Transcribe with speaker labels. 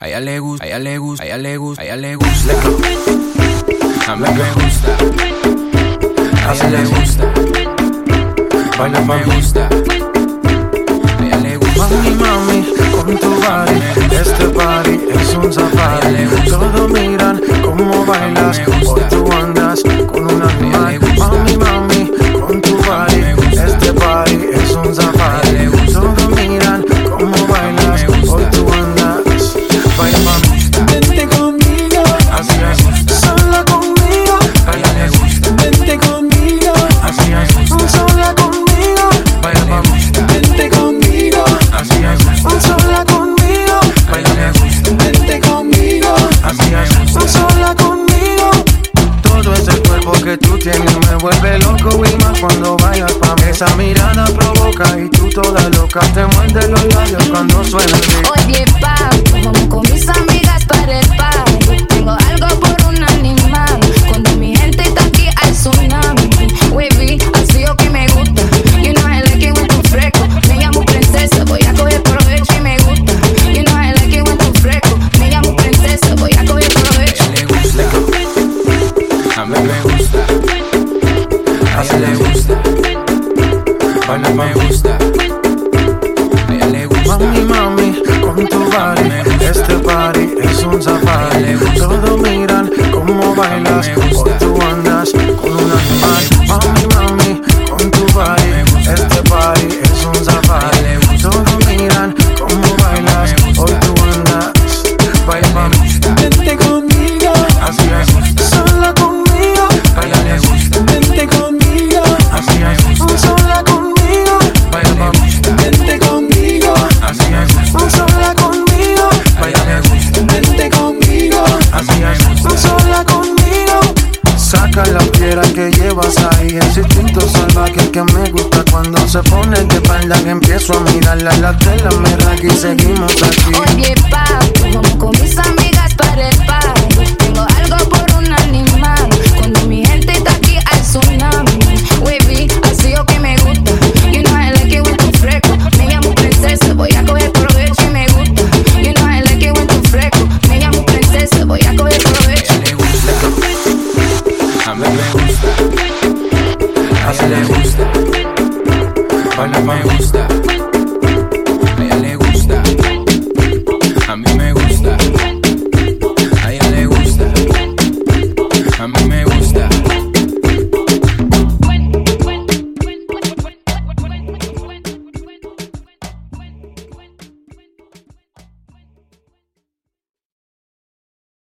Speaker 1: A ella le gusta, a ella le gusta, a ella le gusta, a ella le gusta. A mí me gusta. A ella le gusta. A mí me gusta. A ella le gusta.
Speaker 2: Mami, mami, con tu body, este party es un
Speaker 1: A ella le
Speaker 2: safari.
Speaker 1: gusta.
Speaker 2: Todos miran cómo bailas,
Speaker 1: A mí me gusta.
Speaker 2: hoy tú andas con un
Speaker 1: A
Speaker 2: animal.
Speaker 1: ella le gusta.
Speaker 2: Mami, mami, con tu body,
Speaker 1: me gusta.
Speaker 2: este party es un
Speaker 1: A ella le
Speaker 2: safari.
Speaker 1: gusta.
Speaker 2: Todos miran cómo bailas,
Speaker 1: me gusta.
Speaker 2: hoy tú andas. Baila, mami,
Speaker 3: Vente conmigo,
Speaker 2: así es, sola conmigo,
Speaker 1: A ella le gusta.
Speaker 3: vente conmigo,
Speaker 2: así es, sola conmigo, baila,
Speaker 1: A ella
Speaker 2: mami,
Speaker 1: le gusta.
Speaker 3: vente conmigo,
Speaker 2: así es, sola conmigo,
Speaker 1: A ella le gusta.
Speaker 3: vente conmigo,
Speaker 2: así es, sola conmigo. Todo ese cuerpo que tú tienes me vuelve loco y más cuando bailas pa' mí. Esa mirada provoca y tú toda loca te muerde los labios cuando suena el beat.
Speaker 4: Oye, pa, vamos con mis amigas para el par. Tengo algo por un animal. Cuando mi gente está aquí al tsunami. Wavy, así lo que me gusta. You know I like it when tu fresco. Me llamo princesa, voy a coger provecho y me gusta. You know I like it when tu fresco. Me llamo princesa, voy a coger
Speaker 1: A
Speaker 4: provecho.
Speaker 1: ella le gusta. A mí me gusta. A ella le gusta. A mí me gusta. A ella le gusta.
Speaker 2: Mami, mami, con tu body, este party es un safari. Todos miran cómo bailas, hoy tú andas con un animal. Mami, mami, con tu body, este party es un safari. Todos miran cómo bailas, hoy tú andas. Baila, mami,
Speaker 3: vente conmigo,
Speaker 2: así es, sola conmigo,
Speaker 1: A ella le gusta.
Speaker 3: vente conmigo,
Speaker 1: Así me gusta.
Speaker 2: sola conmigo,
Speaker 1: A ella le gusta.
Speaker 3: vente conmigo,
Speaker 1: Así me gusta.
Speaker 2: sola conmigo,
Speaker 1: A ella le gusta.
Speaker 3: vente conmigo,
Speaker 1: Así me gusta.
Speaker 2: sola conmigo. Saca la piedra que llevas ahí, ese instinto salvaje que me gusta cuando se pone de espalda que empiezo a mirarla, la tela me raca y seguimos aquí.
Speaker 4: Oye,